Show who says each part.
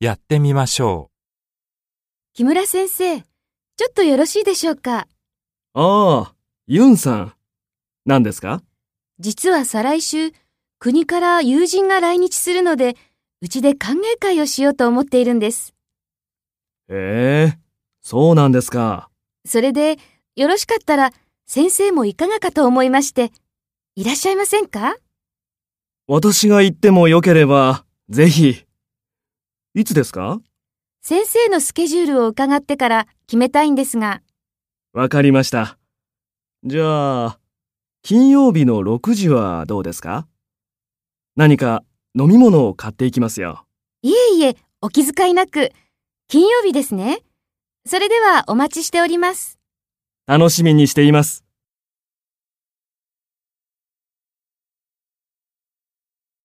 Speaker 1: やってみましょ
Speaker 2: 木村先生、ちょっとよろしいでしょうか。
Speaker 3: ああ、ユンさん。何ですか
Speaker 2: 実は再来週、国から友人が来日するので、うちで歓迎会をしようと思っているんです。
Speaker 3: ええ、そうなんですか。
Speaker 2: それで、よろしかったら、先生もいかがかと思いまして、いらっしゃいませんか
Speaker 3: 私が行ってもよければ、ぜひ。いつですか
Speaker 2: 先生のスケジュールを伺ってから決めたいんですが、
Speaker 3: わかりました。じゃあ、金曜日の6時はどうですか何か飲み物を買っていきますよ。
Speaker 2: いえいえ、お気遣いなく、金曜日ですね。それではお待ちしております。
Speaker 3: 楽しみにしています。